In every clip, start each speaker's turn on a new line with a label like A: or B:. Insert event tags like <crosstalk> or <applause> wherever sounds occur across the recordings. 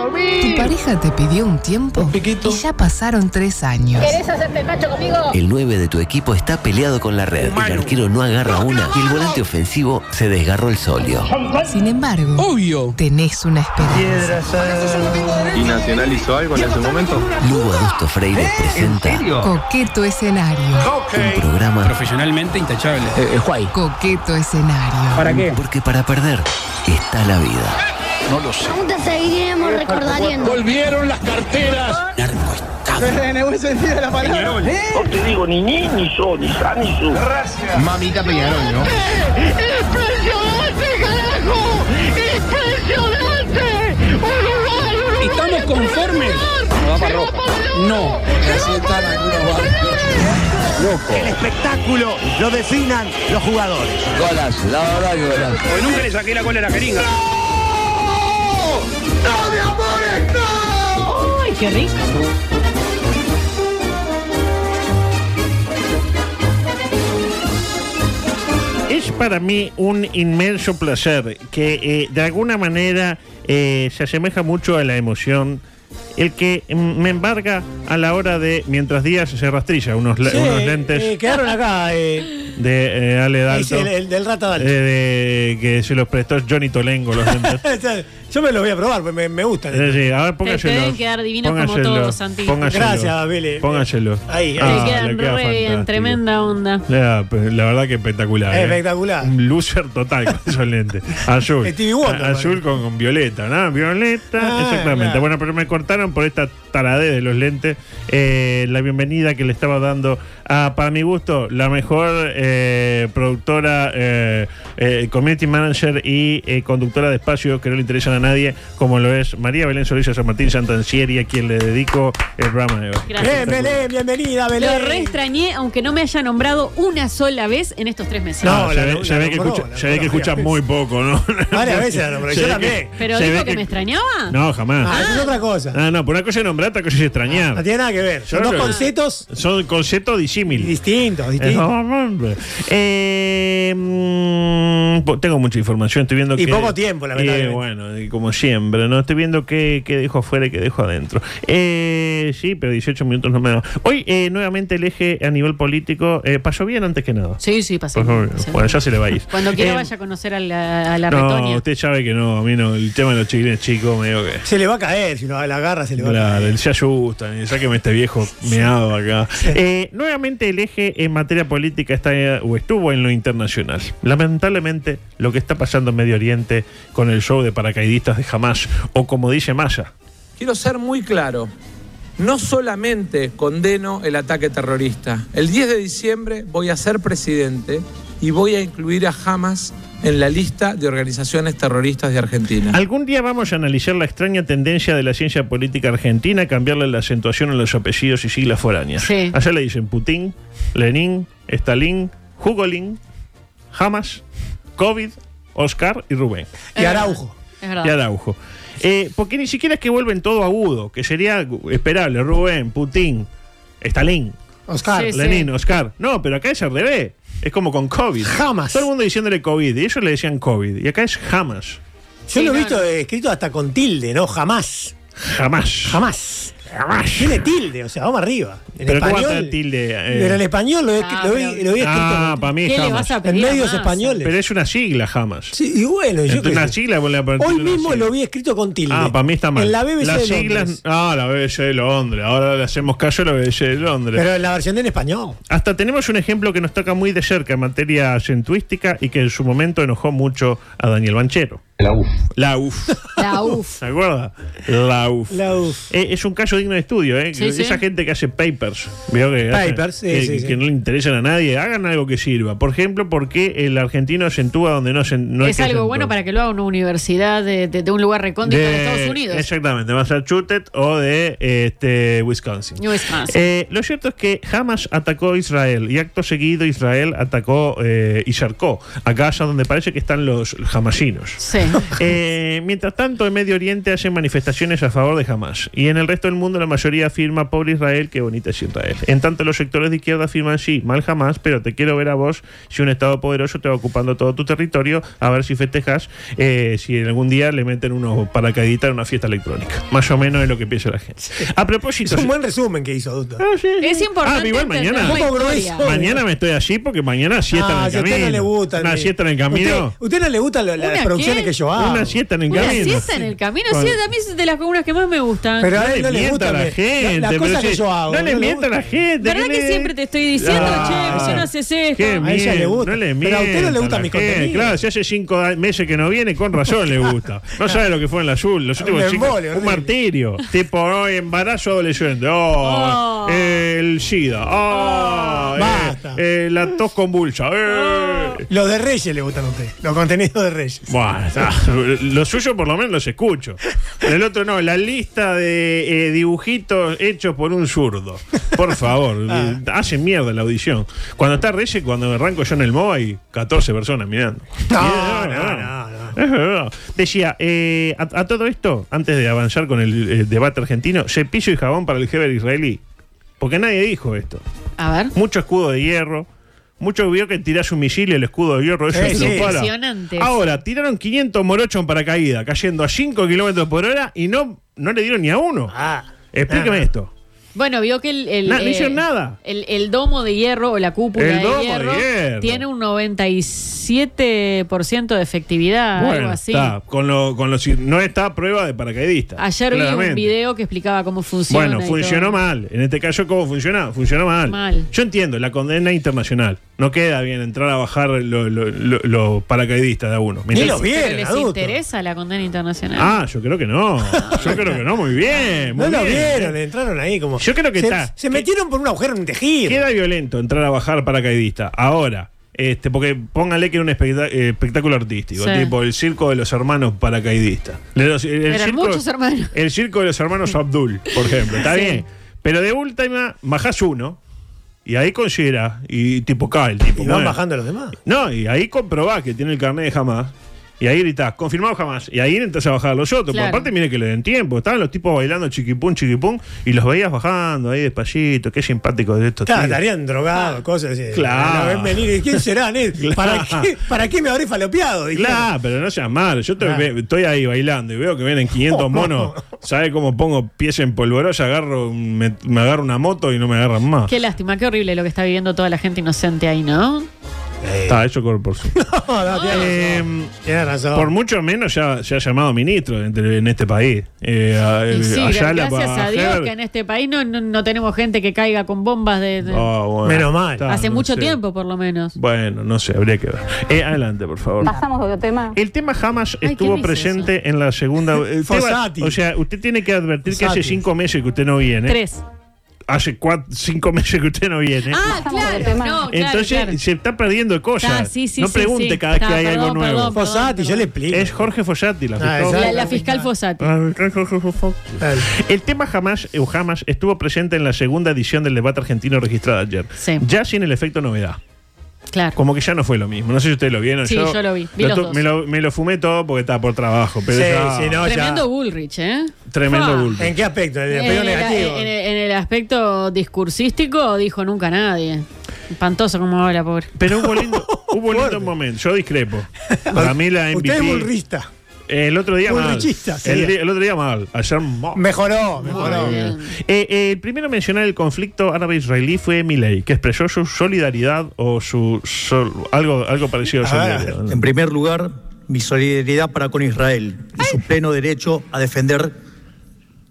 A: dormir!
B: pareja te pidió un tiempo
A: Un piquito.
B: y ya pasaron tres años.
C: ¿Querés hacerte el macho conmigo?
D: El 9 de tu equipo está peleado con la red, el arquero no agarra una y el volante ofensivo se desgarró el solio.
B: Sin embargo,
A: Obvio.
B: tenés una esperanza.
E: ¿Y Nacional hizo algo en ese momento?
D: Lugo Adusto Freire presenta
B: Coqueto escenario.
D: un programa
A: Profesionalmente intachable.
B: Coqueto escenario.
A: ¿Para qué?
D: porque para perder está la vida.
F: Aún te
C: Eh,
F: seguiremos recordando.
A: Volvieron las carteras.
E: Mamita Peñarol, ¿no?
F: ¡Impresionante, carajo! ¡Impresionante! ¡Uruguay, Uruguay!
A: ¿Estamos conformes?
F: No va para roja.
A: No. Así están algunos barrios.
G: espectáculo lo definan los jugadores.
A: Porque nunca le saqué la cola a la jeringa.
H: Es para mí un inmenso placer que eh, de alguna manera eh, se asemeja mucho a la emoción. El que mm, me embarga a la hora de, mientras Díaz se rastrilla unos, le- unos lentes
G: eh, quedaron acá. eh,
H: de eh, Ale
G: es
H: Dalto,
G: el, el del rata Dalton.
H: eh, de- que se los prestó Johnny Tolengo los lentes.
G: <laughs> Yo me los voy a probar, me, me gustan.
H: Es decir, a ver, póngaselos.
I: deben quedar divinos como
H: póngaselos,
I: todos, Santi.
H: póngaselos,
G: Gracias, Vélez.
H: Póngaselos.
G: Ahí, ahí.
H: Ah,
I: Te quedan
H: le queda
I: re bien,
H: fantástico.
I: tremenda onda.
H: La, pues, la verdad que espectacular. ¿eh?
G: Espectacular.
H: Un loser total con esos
G: <laughs>
H: lentes. Azul.
G: Stevie Wonder,
H: A- azul
G: parece.
H: con, con violeta, ¿no? Violeta,
G: Ah,
H: exactamente.
G: claro.
H: Bueno, pero me cortaron por esta taradez de los lentes eh, la bienvenida que le estaba dando a, para mi gusto, la mejor eh, productora, eh, eh, community manager y eh, conductora de espacios que no le interesan a nadie, como lo es María Belén Solís San Martín Santancieri, a quien le dedico el programa de hoy.
I: Gracias.
G: Bien, Belén, bienvenida,
I: Lo
G: Belén.
I: re extrañé, aunque no me haya nombrado una sola vez en estos tres meses.
G: No,
H: Ah,
G: la-
H: se ve-
G: la
H: se ve que
G: nombró,
H: escucha-
G: la
H: se ve que
G: nombró.
H: escuchas muy poco, ¿no?
G: Varias veces la nombró,
H: Se
G: yo
H: ve
G: también.
H: que-
I: ¿Pero
H: se
I: dijo
H: ve
I: que me extrañaba?
H: No, jamás.
G: Ah, eso es otra cosa.
H: Ah, no, por una cosa es nombrar, otra cosa es
G: No
H: extrañar.
G: tiene nada que ver. Son
H: Yo
G: dos
H: creo-
G: conceptos
H: Son conceptos disímiles.
G: distintos,
H: Eh,
G: distintos.
H: <laughs> eh, mm, po- tengo mucha información, estoy viendo
G: Y
H: que-
G: poco tiempo, lamentablemente.
H: Eh, bueno, y como siempre, ¿no? Estoy viendo qué, qué dejo afuera y qué dejo adentro. Eh, sí, pero 18 minutos no me da. Hoy, eh, nuevamente, el eje a nivel político eh, pasó bien antes que nada.
I: Sí, sí, pasé.
H: Por favor.
I: Pasé.
H: Pues Bueno, ya se le va a ir.
I: Cuando quiera
H: Eh,
I: vaya a conocer a la, a la
H: No,
I: retoña.
H: usted sabe que no, a mí no, el tema de los chiquilines chicos, me digo que.
G: Se le va a caer, si lo, la agarra se le va a
H: Claro,
G: caer.
H: el se asustan, ya que me este viejo meado
G: <laughs>
H: acá. Eh, nuevamente el eje en materia política está eh, o estuvo en lo internacional. Lamentablemente, lo que está pasando en Medio Oriente con el show de paracaidistas de Hamas, o como dice Massa,
J: Quiero ser muy claro. No solamente condeno el ataque terrorista. El 10 de diciembre voy a ser presidente y voy a incluir a Hamas en la lista de organizaciones terroristas de Argentina.
H: Algún día vamos a analizar la extraña tendencia de la ciencia política argentina a cambiarle la acentuación a los apellidos y siglas foráneas.
I: Sí.
H: Allá le dicen Putin, Lenin, Stalin, Jugolin, Hamas, COVID, Oscar y Rubén.
G: Y Araujo.
I: Es verdad.
H: Y Araujo. Eh, porque ni siquiera es que vuelven todo agudo, que sería esperable. Rubén, Putin, Stalin,
G: Oscar.
I: Sí, sí.
H: Lenin, Oscar. No, pero acá es al revés. Es como con COVID.
G: Hamas.
H: Todo el mundo diciéndole COVID. Y ellos le decían COVID. Y acá es Hamas.
G: Yo
I: Sí,
G: lo he
I: no,
G: visto
I: no.
G: eh, escrito hasta con tilde, ¿no? Jamás.
H: Jamás.
G: Jamás.
H: Jamás.
G: Tiene tilde, o sea, vamos arriba. En
H: Pero ¿cómo va a
G: español,
H: tener tilde? Eh,
G: Pero en español lo he,
I: Ah,
G: lo vi, lo vi escrito
H: Ah,
G: en-
H: para mí
I: ¿Qué
H: es
I: le
H: Hamas.
I: vas a
G: en
I: pedir a
G: medios
I: Massa?
G: españoles.
H: Pero es una sigla, Hamas.
G: Sí, y bueno, yo
H: Entonces,
G: qué
H: una
G: sé.
H: sigla, vos le pones
G: Hoy
H: una
G: mismo
H: sigla.
G: lo vi escrito con tilde.
H: Ah, para mí está mal.
G: En la BBC
H: Las
G: de
H: siglas.
G: Londres.
H: Ah, la BBC de Londres. Ahora le hacemos caso a la BBC de Londres.
G: Pero en la versión en español.
H: Hasta tenemos un ejemplo que nos toca muy de cerca en materia acentuística y que en su momento enojó mucho a Daniel Banchero.
E: La UF.
H: La
G: <laughs>
H: UF.
I: La UF.
H: ¿Se acuerda? La UF.
G: La UF.
H: Eh, es un caso digno de estudio, ¿eh?
I: Sí, sí.
H: Esa gente que hace papers, ¿vio? Que, hace-
G: Papers, sí,
H: que,
G: sí, sí.
H: que no le interesan a nadie, hagan algo que sirva. Por ejemplo, ¿por qué el argentino acentúa donde no, acen- no hay
I: es
H: que
I: algo
H: acentuar?
I: bueno para que lo haga una universidad de, de- de un lugar recóndito de,
H: De-
I: Estados Unidos.
H: Exactamente, Massachusetts o de este, Wisconsin.
I: New Wisconsin.
H: Eh, lo cierto es que Hamas atacó a Israel y acto seguido Israel atacó eh, y cercó a Gaza donde parece que están los jamasinos.
I: Sí.
H: Eh, mientras tanto, en Medio Oriente hacen manifestaciones a favor de Hamas. Y en el resto del mundo, la mayoría afirma: pobre Israel, qué bonita es Israel. En tanto, los sectores de izquierda afirman: sí, mal Hamas, pero te quiero ver a vos si un Estado poderoso te va ocupando todo tu territorio, a ver si festejas eh, si en algún día le meten unos paracaidistas en una fiesta electrónica. Más o menos es lo que piensa la gente. A
G: Es
H: propósito.
G: un buen resumen que hizo, Duto.
H: Ah, sí, sí.
I: Es importante
H: Ah, igual
I: entender
H: mañana.
I: la
G: Poco
I: historia.
G: grueso.
H: Mañana me estoy allí porque mañana siesta
G: Ah,
H: en
G: si a
H: el
G: usted
H: camino.
G: no le gusta.
H: Una
G: mire.
H: siesta en el
G: Usted-
H: camino.
G: ¿Usted, no le gustan lo- las
I: ¿Una
G: producciones
I: qué?
G: que yo hago?
H: Una siesta en el
I: Una
H: camino.
I: siesta en el camino,
H: Bueno.
I: sí, a mí es de las comunas que más me gustan.
G: Pero
H: No
G: a
H: le
G: él no le
H: mienta
G: gusta
H: a la gente.
G: Las
H: pero
G: cosas que
H: sí,
G: yo hago.
H: No le mienta a la gente.
I: ¿Verdad que
H: le-
I: siempre te estoy diciendo,
H: Ah,
I: che, si no haces esto?
H: qué
G: A ella le gusta.
H: No le
G: Pero a usted no
H: mienta
G: le gusta
H: la
G: mi
H: gente.
G: contenido.
H: Claro, si hace cinco a- meses que no viene, con razón le gusta. No sabe lo que fue en la azul. Los últimos
G: Un
H: cinco-
G: embole,
H: un
G: horrible.
H: martirio. Tipo, oh, embarazo adolescente. Oh,
I: Oh.
H: eh, el SIDA. Oh, eh,
G: Basta.
H: eh, la tos convulsa.
I: Oh.
H: eh.
G: Los de Reyes le gustan a usted. Los contenidos de Reyes.
H: Bueno, está. <laughs> lo suyo por lo menos los escucho. El otro no, la lista de eh, dibujitos hechos por un zurdo. Por
G: <laughs>
H: favor,
G: Ah.
H: eh, hace mierda la audición. Cuando está Reyes, cuando arranco yo en el MOA hay 14 personas mirando.
G: No,
H: Y es
G: no,
H: verdad.
G: no,
H: Es verdad. Decía, eh, a, a todo esto, antes de avanzar con el eh, debate argentino, cepillo y jabón para el jefe israelí. Porque nadie dijo esto.
I: A ver.
H: Mucho escudo de hierro. Muchos vio que tirás un misil y el escudo de hierro. Eso
G: Eh,
H: te
G: sí.
H: lo para.
I: Impresionante.
H: Ahora, tiraron 500 morochos en paracaídas, cayendo a 5 kilómetros por hora y no, no le dieron ni a uno.
G: Ah,
H: Explíqueme
G: nada.
H: esto.
I: Bueno, vio que el. el, eh,
H: Na- no hicieron nada.
I: El, el domo de hierro o la cúpula
H: El
I: de,
H: domo de
I: hierro
H: hierro.
I: tiene un 97% de efectividad, Ah, algo así.
H: está. Con lo, con los- no está a prueba de paracaidista.
I: Ayer vi
H: claramente.
I: un video que explicaba cómo funciona.
H: Bueno,
I: y
H: funcionó
I: todo.
H: mal. En este caso, ¿cómo funciona? Funcionó mal.
I: Mal.
H: Yo entiendo, la condena internacional. No queda bien entrar a bajar los paracaidistas de a uno.
G: Ni
H: Mirá,
G: los
I: ¿Pero
G: vieron,
I: les
G: adulto.
I: interesa la condena internacional?
H: Ah, yo creo que
G: <laughs>
H: no. Yo creo que no, muy bien.
G: No
H: muy
G: lo
H: bien.
G: vieron, entraron ahí como.
H: Yo creo que
G: se,
H: está.
G: Se metieron por un agujero en un tejido.
H: Queda violento entrar a bajar paracaidista. Ahora. Este, porque póngale que era un espectá- eh, espectáculo artístico,
I: Sí.
H: tipo el circo de los hermanos paracaidistas. De los- el, el
I: Eran muchos hermanos.
H: El circo de los hermanos Abdul, por ejemplo. Está
I: Sí.
H: bien. Pero de última, bajás uno y ahí considera y tipo cae el tipo.
G: Y van
H: muere.
G: bajando los demás.
H: No, y ahí comprobás que tiene el carnet de jamás. Y ahí gritás, confirmado jamás. Y ahí entras a bajar a los otros.
I: Claro.
H: Por aparte, mire que le den tiempo. Estaban los tipos bailando chiquipún, chiquipún. Y los veías bajando ahí despacito. Qué simpático de estos
G: Está,
H: tíos.
G: estarían drogados, cosas así.
H: Ah, Claro.
G: La ven venir y, ¿Quién serán? eh?
H: <laughs>
G: ¿Para,
H: Claro.
G: qué, ¿Para qué me habré falopeado? Dijeron.
H: Claro, pero no seas malo. Yo te
G: Claro.
H: ve- estoy ahí bailando y veo que vienen 500
G: <laughs>
H: monos. ¿Sabe cómo pongo pies en polvorosa? Agarro, un- me, me agarro una moto y no me agarran más.
I: Qué lástima, qué horrible lo que está viviendo toda la gente inocente ahí, ¿no?
H: Está, eso corre por su.
G: <laughs> No, no, tiene razón.
H: Em,
G: Tiene razón.
H: Por mucho menos ya se ha llamado ministro en, en este país. Eh, a-
I: Y sí,
H: Ayala,
I: gracias a
H: Bajer.
I: Dios que en este país no, no, no tenemos gente que caiga con bombas de, de-
H: Ah, bueno.
G: Menos mal.
H: Está,
I: hace
H: no
I: mucho
H: sé.
I: tiempo, por lo menos.
H: Bueno, no sé, habría que ver. Eh, adelante, por favor.
C: Pasamos a otro tema.
H: El tema jamás
I: Ay, ¿quién
H: estuvo
I: hizo
H: presente en la segunda. el tema-
G: Fossati.
H: o sea, usted tiene que advertir que hace
G: Fossati.
H: cinco meses que usted no viene.
I: Tres.
H: Hace cuatro, cinco <laughs> meses que usted no viene.
I: Ah,
C: otro
I: claro.
C: tema.
I: No, claro,
H: Entonces
I: claro.
H: se está perdiendo cosas.
I: Está, sí, sí,
H: no
I: sí,
H: pregunte
I: sí.
H: cada vez que
I: Está,
H: hay algo
I: perdón,
H: nuevo.
I: perdón.
G: Fossati, yo le explico.
H: Es Jorge Fossati, la Ah,
G: Ah,
H: fiscal.
I: La, la fiscal Fossati.
G: Dale.
H: El tema jamás eh, o jamás estuvo presente en la segunda edición del debate argentino registrada ayer.
I: Sí.
H: Ya sin el efecto novedad.
I: Claro.
H: Como que ya no fue lo mismo. No sé si ustedes lo vieron.
I: Sí, yo lo vi. Vi los
H: tu-
I: dos.
H: Me, lo, me lo fumé todo porque estaba por trabajo. Pero
G: Sí,
H: ya-
G: sí, no, ya.
I: Tremendo Bullrich, ¿eh?
H: Tremendo
I: Fa.
H: bulto.
G: ¿En qué aspecto? ¿En el
I: En
G: aspecto
I: el,
G: negativo?
I: en el- en el aspecto discursístico dijo nunca nadie. Espantoso como habla, pobre.
H: Pero hubo lindo, hubo lindo
G: Fuerte.
H: momento. Yo
G: <laughs>
H: discrepo. Para mí la MVP.
G: Usted es bullrista.
H: el otro día mal.
G: Bullrichista,
H: El,
G: sería.
H: di- el otro día mal. Ayer mal.
G: Mejoró, mejoró.
I: Muy bien.
H: Eh, eh, el primero en mencionar el conflicto árabe-israelí fue Milei, que expresó su solidaridad o su sol- algo, algo parecido a
G: A ver,
H: solidaridad.
K: En primer lugar, mi solidaridad para con Israel y su pleno derecho a defender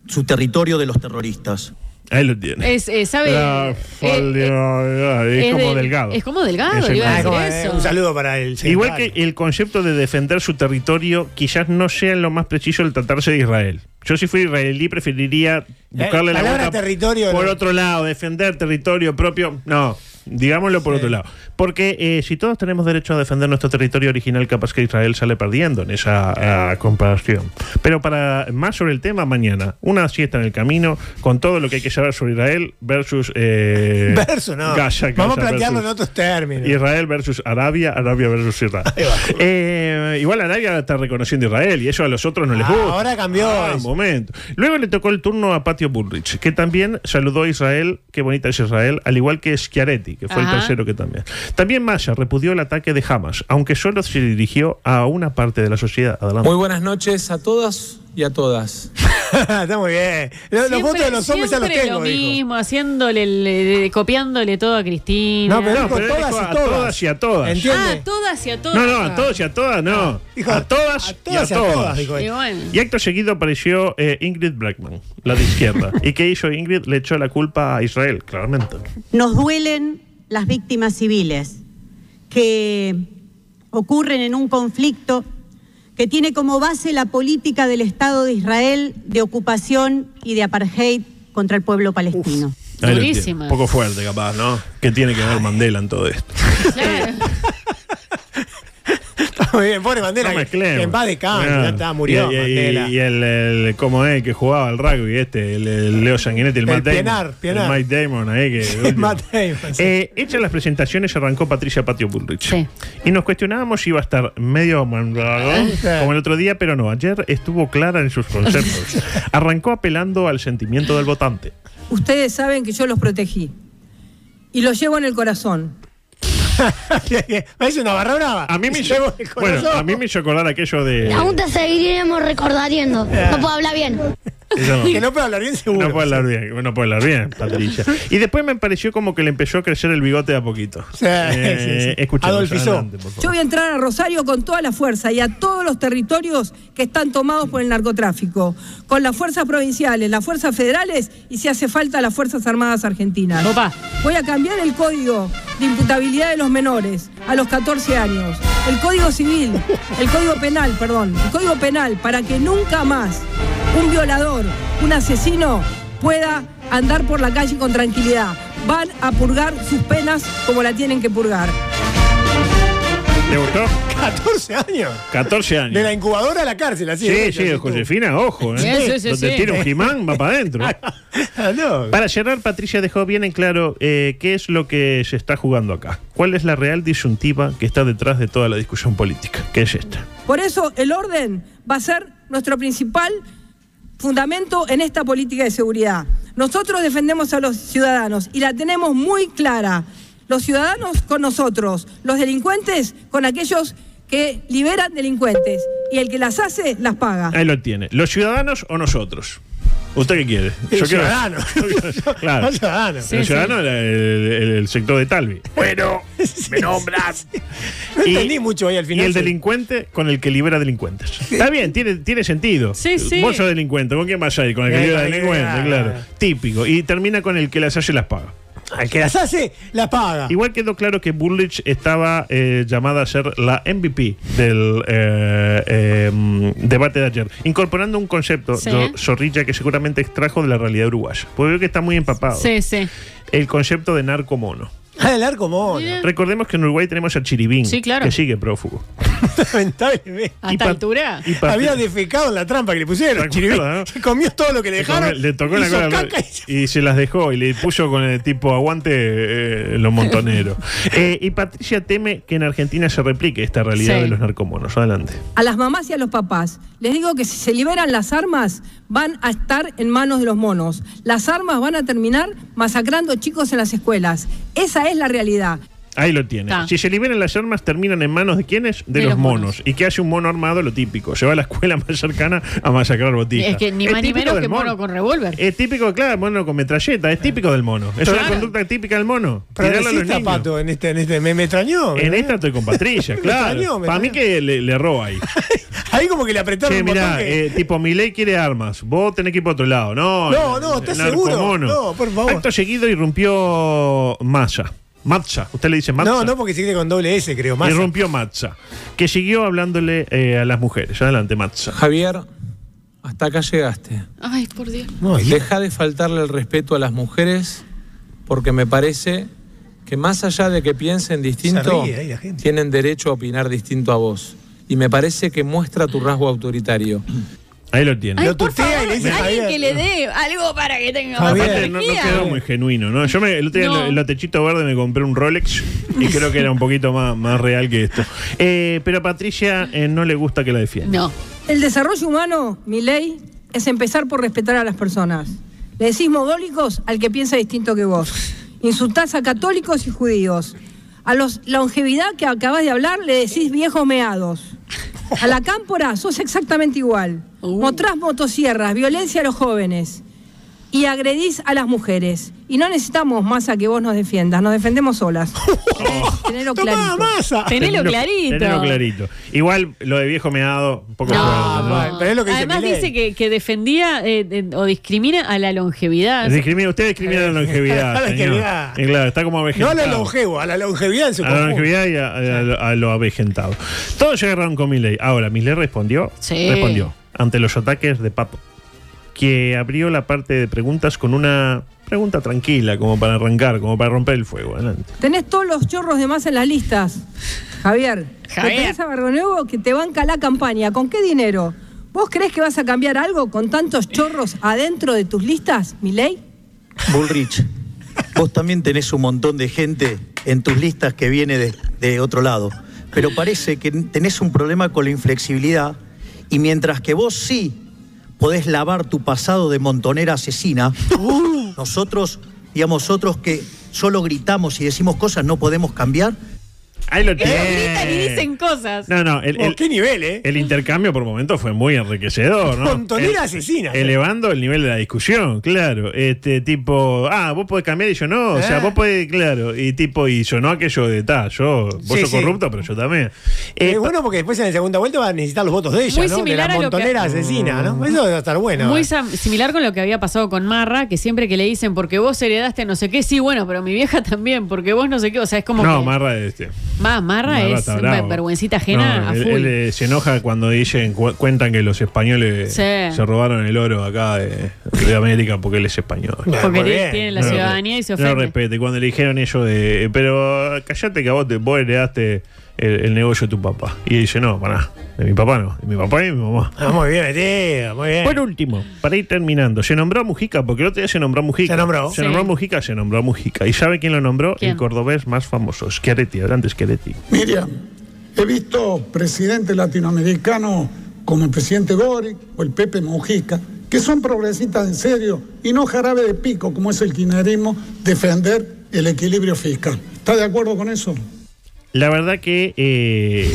K: su territorio de los terroristas.
H: Ahí lo tiene.
I: Es, eh, ¿sabe?
H: La
I: Eh, eh,
H: solidaridad, es, como
I: del-
H: delgado.
I: Es como delgado,
H: Ese
I: le iba a
G: Ah, es
I: decir
G: como, eh,
I: eso.
G: un saludo para el
H: Igual que
G: secretario. <laughs>
H: el concepto de defender su territorio quizás no sea lo más preciso el tratarse de Israel. Yo si fuera israelí preferiría buscarle la
G: Eh, palabra
H: vuelta
G: territorio,
H: por
G: no.
H: otro lado, defender territorio propio. No, Digámoslo por otro lado. Porque eh, si todos tenemos derecho a defender nuestro territorio original, capaz que Israel sale perdiendo en esa ah, comparación. Pero para más sobre el tema, mañana, una siesta en el camino con todo lo que hay que saber sobre Israel versus.
G: <laughs>
H: eh,
G: Verso, no.
H: Gaza, Gaza
G: Vamos a plantearlo en
H: versus-
G: otros términos.
H: Israel versus Arabia, Arabia versus Israel. Eh, igual Arabia está reconociendo a Israel y eso a los otros no les
G: Ah,
H: gusta.
G: ahora cambió
H: Ah, un
G: eso.
H: momento. Luego le tocó el turno a Patio Bullrich, que también saludó a Israel. Qué bonita es Israel, al igual que Schiaretti, que fue
I: Ajá.
H: el tercero que también. También Massa repudió el ataque de Hamas, aunque solo se dirigió a una parte de la sociedad. Adelante.
J: Muy buenas noches a todos y a todas.
G: Está muy bien. Los, los votos de los hombres ya los
I: siempre
G: tengo,
I: lo
G: dijo.
I: mismo, haciéndole, el- eh, copiándole todo a Cristina.
G: No, pero-
H: No, pero él
G: todas
H: dijo
G: y
H: a
G: todas.
H: todas y a todas.
I: Ah,
G: ¿Entiendes?
I: todas y a todas.
H: No, no, a todos y a todas, no.
G: Dijo,
H: a todas,
G: a todas
H: y a todas.
G: dijo él.
I: Y bueno.
H: Y acto seguido apareció eh, Ingrid Blackman, la de <laughs> izquierda. ¿Y qué hizo Ingrid? Le echó la culpa a Israel, claramente.
C: Nos duelen las víctimas civiles que ocurren en un conflicto que tiene como base la política del Estado de Israel de ocupación y de apartheid contra el pueblo palestino.
H: Ahí lo
I: Durísima.
H: tiene. Poco fuerte, capaz, ¿no? ¿Qué tiene que ver Mandela en todo esto?
I: Claro.
G: <laughs> Está muy bien. Pobre Mandela.
H: No
G: que-
H: mezclemos.
G: que en paz de
H: Ah.
G: ya está, murió
H: Y, y- y-
G: Mandela. <laughs>
H: y el, el- ¿cómo es? Que jugaba al rugby este, el, el Leo Sanguinetti, el,
G: El
H: Matt Damon.
G: Pienar, Pienar.
H: El Mike Damon ahí
G: <laughs>
H: que...
G: Matt Damon, sí.
H: Eh, hechas las presentaciones arrancó Patricia Patio Bullrich.
I: Sí.
H: Y nos cuestionábamos si iba a estar medio mandado, como el otro día, pero no. Ayer estuvo clara en sus
G: <laughs>
H: conceptos. Arrancó apelando al sentimiento del votante.
C: Ustedes saben que yo los protegí y los llevo en el corazón.
G: me dice una barra brava.
H: A
G: <laughs>
H: mí me hizo,
G: Llevo el corazón.
H: bueno, a mí me hizo acordar aquello
C: Eh.
H: de...
F: Aún te seguiremos recordando. No puedo hablar bien. <laughs>
H: Ella no-
G: Que no puede hablar bien seguro. <laughs>
H: No puede hablar bien, no puede hablar bien, Patricia. Y después me pareció como que le empezó a crecer el bigote de a poquito. Eh,
G: Sí, sí, sí.
H: escuchemos,
G: Adolfo Isó.
H: adelante, por favor.
C: Yo voy a entrar a Rosario con toda la fuerza y a todos los territorios que están tomados por el narcotráfico, con las fuerzas provinciales, las fuerzas federales y si hace falta las Fuerzas Armadas Argentinas.
I: Opa.
C: Voy a cambiar el código de imputabilidad de los menores a los 14 años, el código civil, el código penal, perdón, el código penal para que nunca más un violador, un asesino pueda andar por la calle con tranquilidad. Van a purgar sus penas como la tienen que purgar.
H: ¿Te gustó?
G: 14 años.
H: 14
G: De la
H: años.
G: incubadora a la cárcel, así.
H: Sí,
G: derecho,
H: sí,
G: así tú.
H: Josefina, ojo, ¿eh?
I: Sí, sí, sí,
H: Donde
I: sí.
H: tira un jimán, va para
G: <laughs>
H: adentro.
G: Ah, no.
H: Para cerrar, Patricia dejó bien en claro eh, qué es lo que se está jugando acá. ¿Cuál es la real disyuntiva que está detrás de toda la discusión política? ¿Qué es esta?
C: Por eso el orden va a ser nuestro principal fundamento en esta política de seguridad. Nosotros defendemos a los ciudadanos y la tenemos muy clara. Los ciudadanos con nosotros, los delincuentes con aquellos que liberan delincuentes y el que las hace las
I: Ah.
C: paga.
H: Ahí lo tiene. ¿Los ciudadanos o nosotros? ¿Usted qué quiere?
G: El ciudadano.
H: <laughs>
G: <laughs>
H: claro.
G: El ciudadano.
H: el ciudadano era el- el- el sector de Talvi.
A: Bueno, me nombras.
G: No
H: Y-
G: entendí mucho hoy al final.
H: Y el
G: sí.
H: delincuente con el que libera delincuentes. Está bien, tiene, tiene sentido.
I: Sí, sí.
H: Vos sos delincuente, ¿con quién vas a ir? Con el que
G: Eh,
H: libera
G: con el que
H: delincuentes,
G: libera.
H: claro. Típico. Y termina con el que las hace y las paga.
G: Al que las hace, las paga.
H: Igual quedó claro que Bullrich estaba eh, llamada a ser la MVP del eh, eh, mm, debate de ayer, incorporando un concepto,
I: Sí.
H: do- zorrilla, que seguramente extrajo de la realidad uruguaya. Porque veo que está muy empapado.
I: Sí, sí.
H: El concepto de narcomono.
G: Ah, el arco mono.
H: <laughs> Recordemos que en Uruguay tenemos a Chiribín,
I: Sí, claro.
H: que sigue prófugo.
G: Lamentablemente.
I: A
H: Y
I: esta
H: pa-
I: altura.
H: y pa-
G: Había defecado en la trampa que le pusieron.
H: Claro,
G: Chiribí.
H: claro.
G: Se <laughs> comió todo lo que le
H: Le
G: dejaron.
H: tocó- le tocó la
G: hizo
H: cola
G: caca y se-
H: y se las dejó y le puso con el tipo aguante eh, los montoneros.
I: <laughs>
H: Eh, y Patricia teme que en Argentina se replique esta realidad
I: Sí.
H: de los narcomonos. Adelante.
C: A las mamás y a los papás, les digo que si se liberan las armas, van a estar en manos de los monos. Las armas van a terminar masacrando chicos en las escuelas. Esa es la realidad.
H: Ahí lo tiene.
I: Ta.
H: Si se liberan las armas, terminan en manos de quiénes? De,
I: De
H: los,
I: los
H: monos.
I: monos.
H: ¿Y qué hace un mono armado? Lo típico. Se va a la escuela <laughs> más cercana a masacrar botijas.
I: Es que ni más ni
H: típico
I: menos
H: del
I: que mono con revólver.
H: Es típico, claro, mono con metralleta. Es típico del mono. Es una
I: Claro.
H: conducta típica del mono. Tirarle a los
G: Progresista,
H: niños.
G: Pato, en este, en este. Me, me extrañó.
H: En e-
G: ¿no?
H: esta estoy con Patricia,
G: Me
H: claro.
G: extrañó, me
H: Para mí
G: extrañó.
H: que le, le erró ahí.
G: <laughs> Ahí como que le apretaron
H: Che,
G: un botón
H: mirá,
G: que-
H: eh, tipo, Milei quiere armas. Vos tenés que ir para otro lado. No,
G: No, no, ¿estás seguro?
H: narcomono.
G: No, por favor.
H: Acto seguido irrumpió Massa. Matza. ¿Usted le dice Matza?
G: No, no, porque se cree con doble S, creo. Más.
H: Irrumpió Matza. Que siguió hablándole eh, a las mujeres. Adelante, Matza.
J: Javier, hasta acá llegaste.
I: Ay, por Dios.
G: No, y-
J: Deja de faltarle el respeto a las mujeres porque me parece que más allá de que piensen distinto,
G: ríe ahí la gente.
J: tienen derecho a opinar distinto a vos. Y me parece que muestra tu rasgo autoritario.
H: Ahí lo tiene.
I: Ay,
G: Lo
I: por
G: tutea y
I: favor,
G: le dice
I: alguien
G: Javier.
I: que le dé algo para que tenga más
G: Javier,
H: Aparte, no, no
I: energía.
H: quedó muy genuino, ¿no? Yo me, el otro día
I: No.
H: en la techito verde me compré un Rolex y creo que era un poquito más, más real que esto. Eh, pero a Patricia eh, no le gusta que la defienda.
I: No.
C: El desarrollo humano, mi ley, es empezar por respetar a las personas. Le decís mogólicos al que piensa distinto que vos. Insultás a católicos y judíos. A los longevidad que acabas de hablar le decís viejos meados. A la cámpora sos exactamente igual.
I: Uh.
C: Mostrás motosierras, violencia a los jóvenes. Y agredís a las mujeres. Y no necesitamos masa que vos nos defiendas, nos defendemos solas. Tenerlo
G: Tomá,
C: clarito.
G: masa.
I: Tenelo clarito.
H: Tenelo clarito. Igual lo de viejo meado, un poco
I: No,
H: fuerte, ¿no?
G: bueno, pero es lo que dice
I: Además
G: Milei.
I: dice que, que defendía eh, de- o discrimina a la longevidad.
H: Discrimina- usted discrimina la longevidad.
G: A <laughs> la
H: señor.
G: longevidad.
H: Eh, claro, está como
G: No a la
H: avejentado.
G: longevo, a la longevidad en su
H: A la
G: conjunto.
H: longevidad y a, a lo- a lo avejentado. Todos llegaron con Miley. Ahora, Miley respondió.
I: Sí.
H: Respondió ante los ataques de Papo, que abrió la parte de preguntas con una pregunta tranquila, como para arrancar, como para romper el fuego. Adelante.
C: Tenés todos los chorros de más en las listas, Javier.
I: Javier.
C: Lo tenés a Barronuevo que te banca la campaña. ¿Con qué dinero? ¿Vos crees que vas a cambiar algo con tantos chorros adentro de tus listas, Milei?
K: Bullrich, vos también tenés un montón de gente en tus listas que viene de, de otro lado, pero parece que tenés un problema con la inflexibilidad y mientras que vos sí podés lavar tu pasado de montonera asesina, nosotros, digamos, otros que solo gritamos y decimos cosas no podemos cambiar,
H: Ahí lo
I: Ellos
H: tiene.
I: gritan y dicen cosas.
H: Eh. No, no, el,
G: Oh,
H: el-
G: ¿Qué nivel, eh?
H: el intercambio por momentos fue muy enriquecedor, ¿no?
G: Montonera
H: El-
G: asesina.
H: Elevando el nivel de la discusión, claro. Este tipo, ah, vos podés cambiar y yo no. O sea,
G: Ah.
H: vos podés, claro. Y tipo, y yo no aquello de tal, yo, vos
G: Sí,
H: sos
G: sí.
H: corrupto, pero yo también. Eh,
G: Es bueno porque después en la segunda vuelta va a necesitar los votos de ella,
I: Muy
G: ¿no? De
I: similar
G: la
I: a lo que-
G: montonera asesina,
H: Mm.
G: ¿no? Eso va a estar bueno.
I: Muy
G: eh.
I: sam- similar con lo que había pasado con Marra, que siempre que le dicen, porque vos heredaste no sé qué, sí, bueno, pero mi vieja <laughs> también, porque vos no sé qué, o sea, es como
H: no,
I: que...
H: Marra de este.
I: Ma, Marra, es
H: está bravo.
I: ver- vergüencita ajena
H: No,
I: a
H: él,
I: full.
H: él, eh, se enoja cuando dicen, cu- cuentan que los españoles
I: Sí.
H: se robaron el oro acá de, de América porque él es español.
G: Bueno,
I: porque
G: muy bien.
I: tiene la
H: No,
I: ciudadanía y se
H: No
I: ofende.
H: lo respete. Cuando le dijeron ellos de. eh, Pero ah, callate que a vos, te, vos heredaste el, el negocio de tu papá. Y él dice, no, pará. De mi papá no. De mi papá y de mi mamá.
G: Ah, muy bien, metido, muy <laughs> bien.
H: Por último, para ir terminando, se nombró a Mujica, porque el otro día se nombró a Mujica.
G: Se nombró.
H: Se
I: Sí.
H: nombró a Mujica, se nombró a Mujica. ¿Y sabe quién lo nombró?
I: ¿Quién?
H: El cordobés más famoso, Schiaretti, adelante Schiaretti.
L: Miriam, he visto presidentes latinoamericanos como el presidente Boric o el Pepe Mujica, que son progresistas en serio y no jarabe de pico como es el kirchnerismo, defender
I: Eh,
L: el equilibrio fiscal. ¿Está de acuerdo con eso?
H: La verdad que
G: <laughs>
H: eh,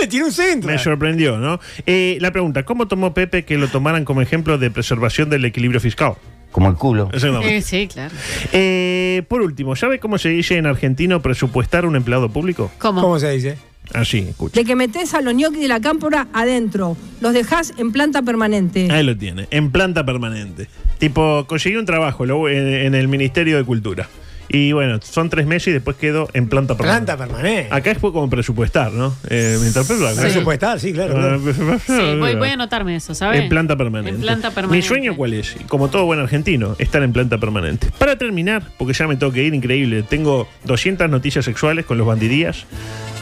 G: Le tiró un centro.
H: me sorprendió, ¿no? Eh, la pregunta, ¿cómo tomó Pepe que lo tomaran como ejemplo de preservación del equilibrio fiscal?
D: Como el culo.
H: Exactamente.
I: Eh, sí, claro.
H: Eh, por último, ¿sabe cómo se dice en argentino presupuestar un empleado público?
I: ¿Cómo?
G: ¿Cómo se dice?
H: Así, escucha.
C: De que metés a los ñoquis de la cámpora adentro. Los dejás en planta permanente.
H: Ahí lo tiene, en planta permanente. Tipo, conseguí un trabajo lo- en, en el Ministerio de Cultura. Y bueno, son tres meses y después quedo en planta permanente.
G: Planta permanente.
H: Acá es como presupuestar, ¿no? Eh, me interpreto acá. <laughs>
G: Presupuestar, sí, claro. claro.
I: Sí, voy, voy a anotarme eso, ¿sabes?
H: En planta permanente.
I: En planta permanente.
H: Mi sueño cuál es, Y como todo buen argentino, estar en planta permanente. Para terminar, porque ya me tengo que ir, increíble, tengo 200 noticias sexuales con los bandidías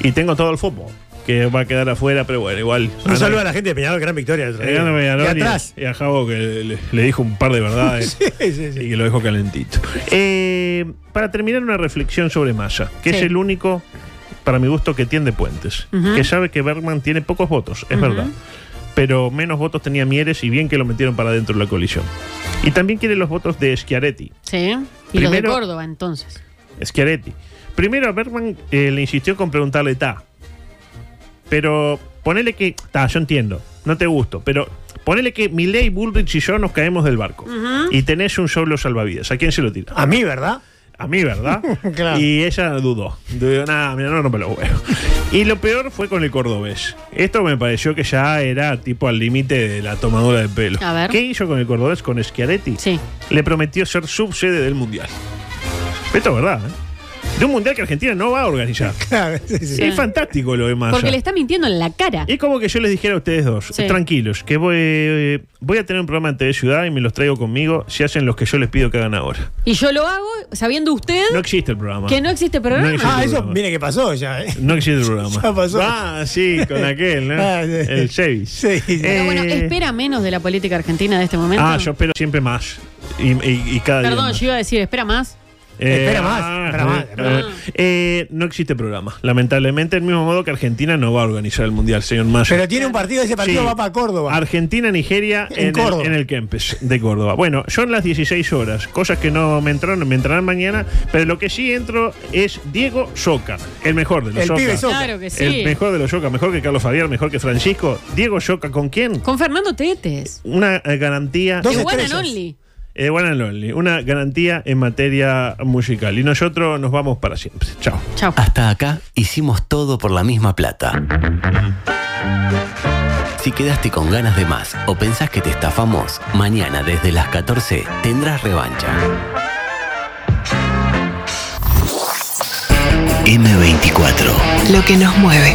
H: y tengo todo el fopo que va a quedar afuera, pero bueno, igual.
G: Un
H: Ganó-
G: saludo a la gente de Peñarol, gran victoria. el otro día.
H: ganó Peñarol
G: y atrás.
H: Y a Javo que le, le dijo un par de verdades
G: <laughs> Sí, sí, sí.
H: y que lo dejó calentito. Eh, para terminar, una reflexión sobre Massa, que es
I: Sí.
H: el único, para mi gusto, que tiende puentes.
I: Ujú.
H: Que sabe que Bergman tiene pocos votos, es
I: Ujú.
H: verdad. Pero menos votos tenía Mieres y bien que lo metieron para dentro de la coalición. Y también quiere los votos de Schiaretti.
I: Sí. Y los de
H: Primero-
I: Córdoba, entonces.
H: Schiaretti. Primero a Bergman eh, le insistió con preguntarle ta. Pero ponele que. Ta, yo entiendo. No te gusto. Pero ponele que Milei, Bullrich y yo nos caemos del barco. Y tenés un solo salvavidas. ¿A quién se lo tira?
G: A mí, ¿verdad? <laughs>
H: A mí,
I: <laughs>
H: ¿verdad?
G: Claro.
H: Y ella dudó. Dudó, nada, mira, no rompe los huevos. <laughs> Y lo peor fue con el cordobés. Esto me pareció que ya era tipo al límite de la tomadura de pelo.
I: A ver.
H: ¿Qué hizo con el cordobés? Con Schiaretti.
I: Sí.
H: Le prometió ser subsede del mundial. Esto es verdad, ¿eh? de un mundial que Argentina no va a organizar.
I: sí.
H: Es fantástico lo demás.
I: Porque le está mintiendo en la cara.
H: Es como que yo les dijera a ustedes dos,
I: Sí.
H: tranquilos, que voy, eh, voy a tener un programa en TV Ciudad y me los traigo conmigo si hacen los que yo les pido que hagan ahora.
I: Y yo lo hago sabiendo usted
H: No existe el programa.
I: que no existe programa.
H: No existe el programa.
G: Mire Ah, que pasó ya, ¿eh?
H: No existe el programa.
G: Ya pasó.
H: Ah, sí, con aquel, ¿no?
G: <laughs> Ah, sí.
H: El Chevis.
G: Sí, sí.
I: Pero bueno,
H: Eh,
I: espera menos de la política argentina de este momento.
H: Ah, yo espero siempre más. Y, y- y cada día.
I: Perdón,
H: más.
I: yo iba a decir, espera más.
H: Eh,
G: Espera más,
H: ah,
G: espera más,
H: eh,
G: espera más.
H: eh, no existe programa, lamentablemente, del mismo modo que Argentina no va a organizar el Mundial, señor Mayo.
G: Pero tiene un partido, ese partido
H: Sí.
G: va para Córdoba.
H: Argentina, Nigeria
G: En
H: en,
G: Córdoba.
H: el, en el Kempes de Córdoba. Bueno, son las 16 horas, cosas que no me entraron, me entrarán mañana, pero lo que sí entro es Diego Soca, el mejor de los
G: El
H: Soca.
G: pibe Soca.
I: Claro que sí.
H: El mejor de los Soca, mejor que Carlos Fabián, mejor que Francisco. Diego Soca, ¿con quién?
I: Con Fernando Tetes.
H: Una eh, garantía.
G: Dos
I: De One and
G: estrellas.
I: Only.
H: Eh, One and Lonely, una garantía en materia musical. Y nosotros nos vamos para siempre. Chao.
I: Chao.
D: Hasta acá hicimos todo por la misma plata. Si quedaste con ganas de más o pensás que te estafamos, mañana desde las 14 tendrás revancha. M24.
B: Lo que nos mueve.